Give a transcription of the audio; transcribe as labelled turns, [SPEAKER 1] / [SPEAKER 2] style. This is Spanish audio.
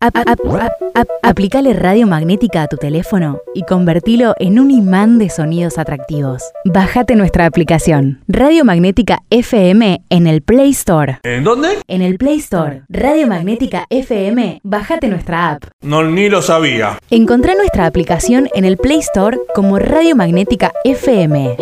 [SPEAKER 1] Ap- ap- ap- ap- aplicale radio magnética a tu teléfono y convertilo en un imán de sonidos atractivos. Bájate nuestra aplicación. Radio Magnética FM en el Play Store.
[SPEAKER 2] ¿En dónde?
[SPEAKER 1] En el Play Store. Radio Magnética FM. Bájate nuestra app.
[SPEAKER 2] No, ni lo sabía.
[SPEAKER 1] Encontrá nuestra aplicación en el Play Store como Radio Magnética FM.